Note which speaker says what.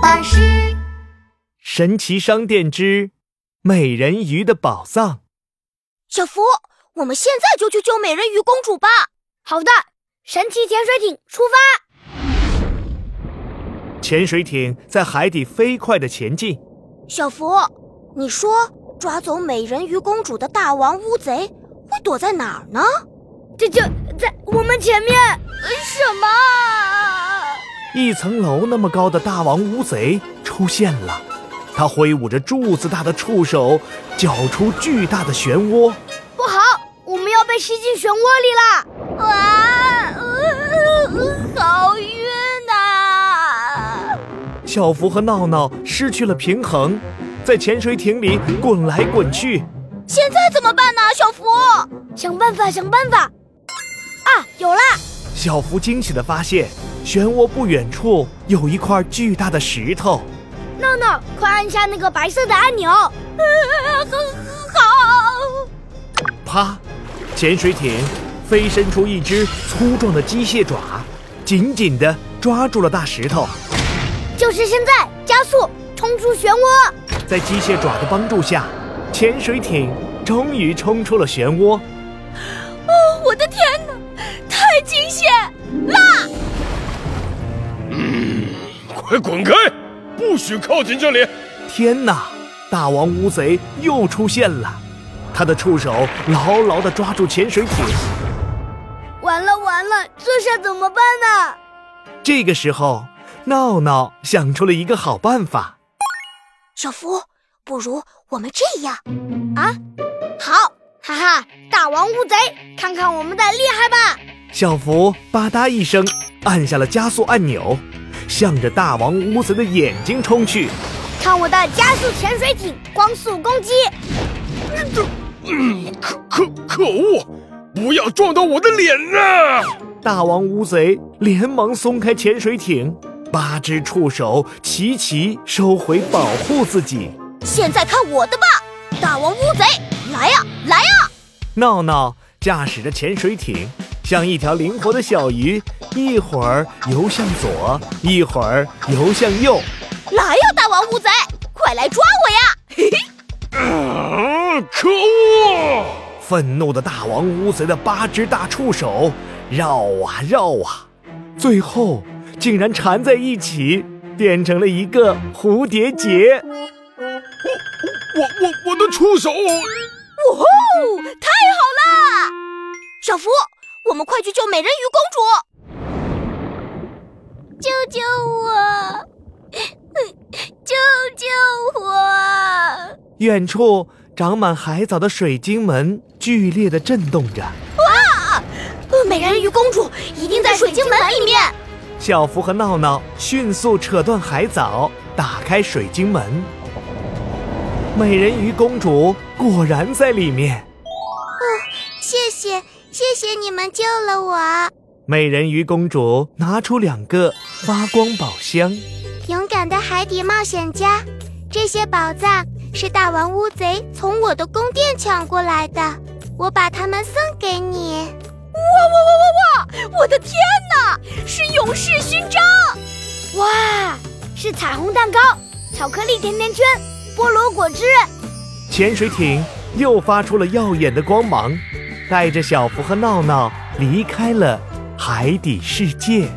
Speaker 1: 巴士
Speaker 2: 神奇商店之美人鱼的宝藏。
Speaker 3: 小福，我们现在就去救美人鱼公主吧！
Speaker 4: 好的，神奇潜水艇出发。
Speaker 2: 潜水艇在海底飞快地前进。
Speaker 3: 小福，你说抓走美人鱼公主的大王乌贼会躲在哪儿呢？
Speaker 4: 这就在我们前面。呃什么啊？
Speaker 2: 一层楼那么高的大王乌贼出现了，它挥舞着柱子大的触手，搅出巨大的漩涡。
Speaker 4: 不好，我们要被吸进漩涡里啦！
Speaker 3: 哇，呃、好晕呐、
Speaker 2: 小福和闹闹失去了平衡，在潜水艇里滚来滚去。
Speaker 3: 现在怎么办呢，小福？
Speaker 4: 想办法，想办法！啊，有了！
Speaker 2: 小福惊喜地发现，漩涡不远处有一块巨大的石头。
Speaker 4: 闹闹，快按下那个白色的 按钮！
Speaker 3: 呃好，
Speaker 2: 啪！潜水艇飞伸出一只粗壮的机械爪，紧紧地抓住了大石头。
Speaker 4: 就是现在，加速冲出漩涡！
Speaker 2: 在机械爪的帮助下，潜水艇终于冲出了漩涡。
Speaker 3: 哦，我的天哪，太惊险！
Speaker 5: 快滚开！不许靠近这里！
Speaker 2: 天哪！大王乌贼又出现了，他的触手牢牢地抓住潜水艇。
Speaker 4: 完了完了，这下怎么办呢？
Speaker 2: 这个时候，闹闹想出了一个好办法。
Speaker 3: 小福，不如我们这样，
Speaker 4: 啊好，哈哈，大王乌贼，看看我们的厉害吧！
Speaker 2: 小福吧嗒一声按下了加速按钮，向着大王乌贼的眼睛冲去。
Speaker 4: 看我的加速潜水艇光速攻击！
Speaker 5: 可可可恶！不要撞到我的脸呐、
Speaker 2: 大王乌贼连忙松开潜水艇，八只触手齐齐收回保护自己。
Speaker 3: 现在看我的吧，大王乌贼，来呀、来呀、
Speaker 2: 闹闹驾驶着潜水艇，像一条灵活的小鱼，一会儿游向左，一会儿游向右。
Speaker 3: 来呀、大王乌贼，快来抓我呀！
Speaker 5: 啊！可恶！
Speaker 2: 愤怒的大王乌贼的八只大触手绕啊绕啊，最后竟然缠在一起，变成了一个蝴蝶结。
Speaker 5: 我我我的触手！
Speaker 3: 哦，太好啦！小福，我们快去救美人鱼公主！救救我！救救我！
Speaker 2: 远处长满海藻的水晶门剧烈地震动着。
Speaker 3: 美人鱼公主一定在水晶门里面。
Speaker 2: 小福和闹闹迅速扯断海藻，打开水晶门。美人鱼公主果然在里面。
Speaker 3: 谢谢，谢谢你们救了我，
Speaker 2: 美人鱼公主拿出两个发光宝箱，
Speaker 3: 勇敢的海底冒险家。这些宝藏是大王乌贼从我的宫殿抢过来的，我把它们送给你。哇哇哇哇哇！我的天哪，是勇士勋章！
Speaker 4: 哇，是彩虹蛋糕、巧克力甜甜圈、菠萝果汁。
Speaker 2: 潜水艇又发出了耀眼的光芒，带着小福和闹闹离开了海底世界。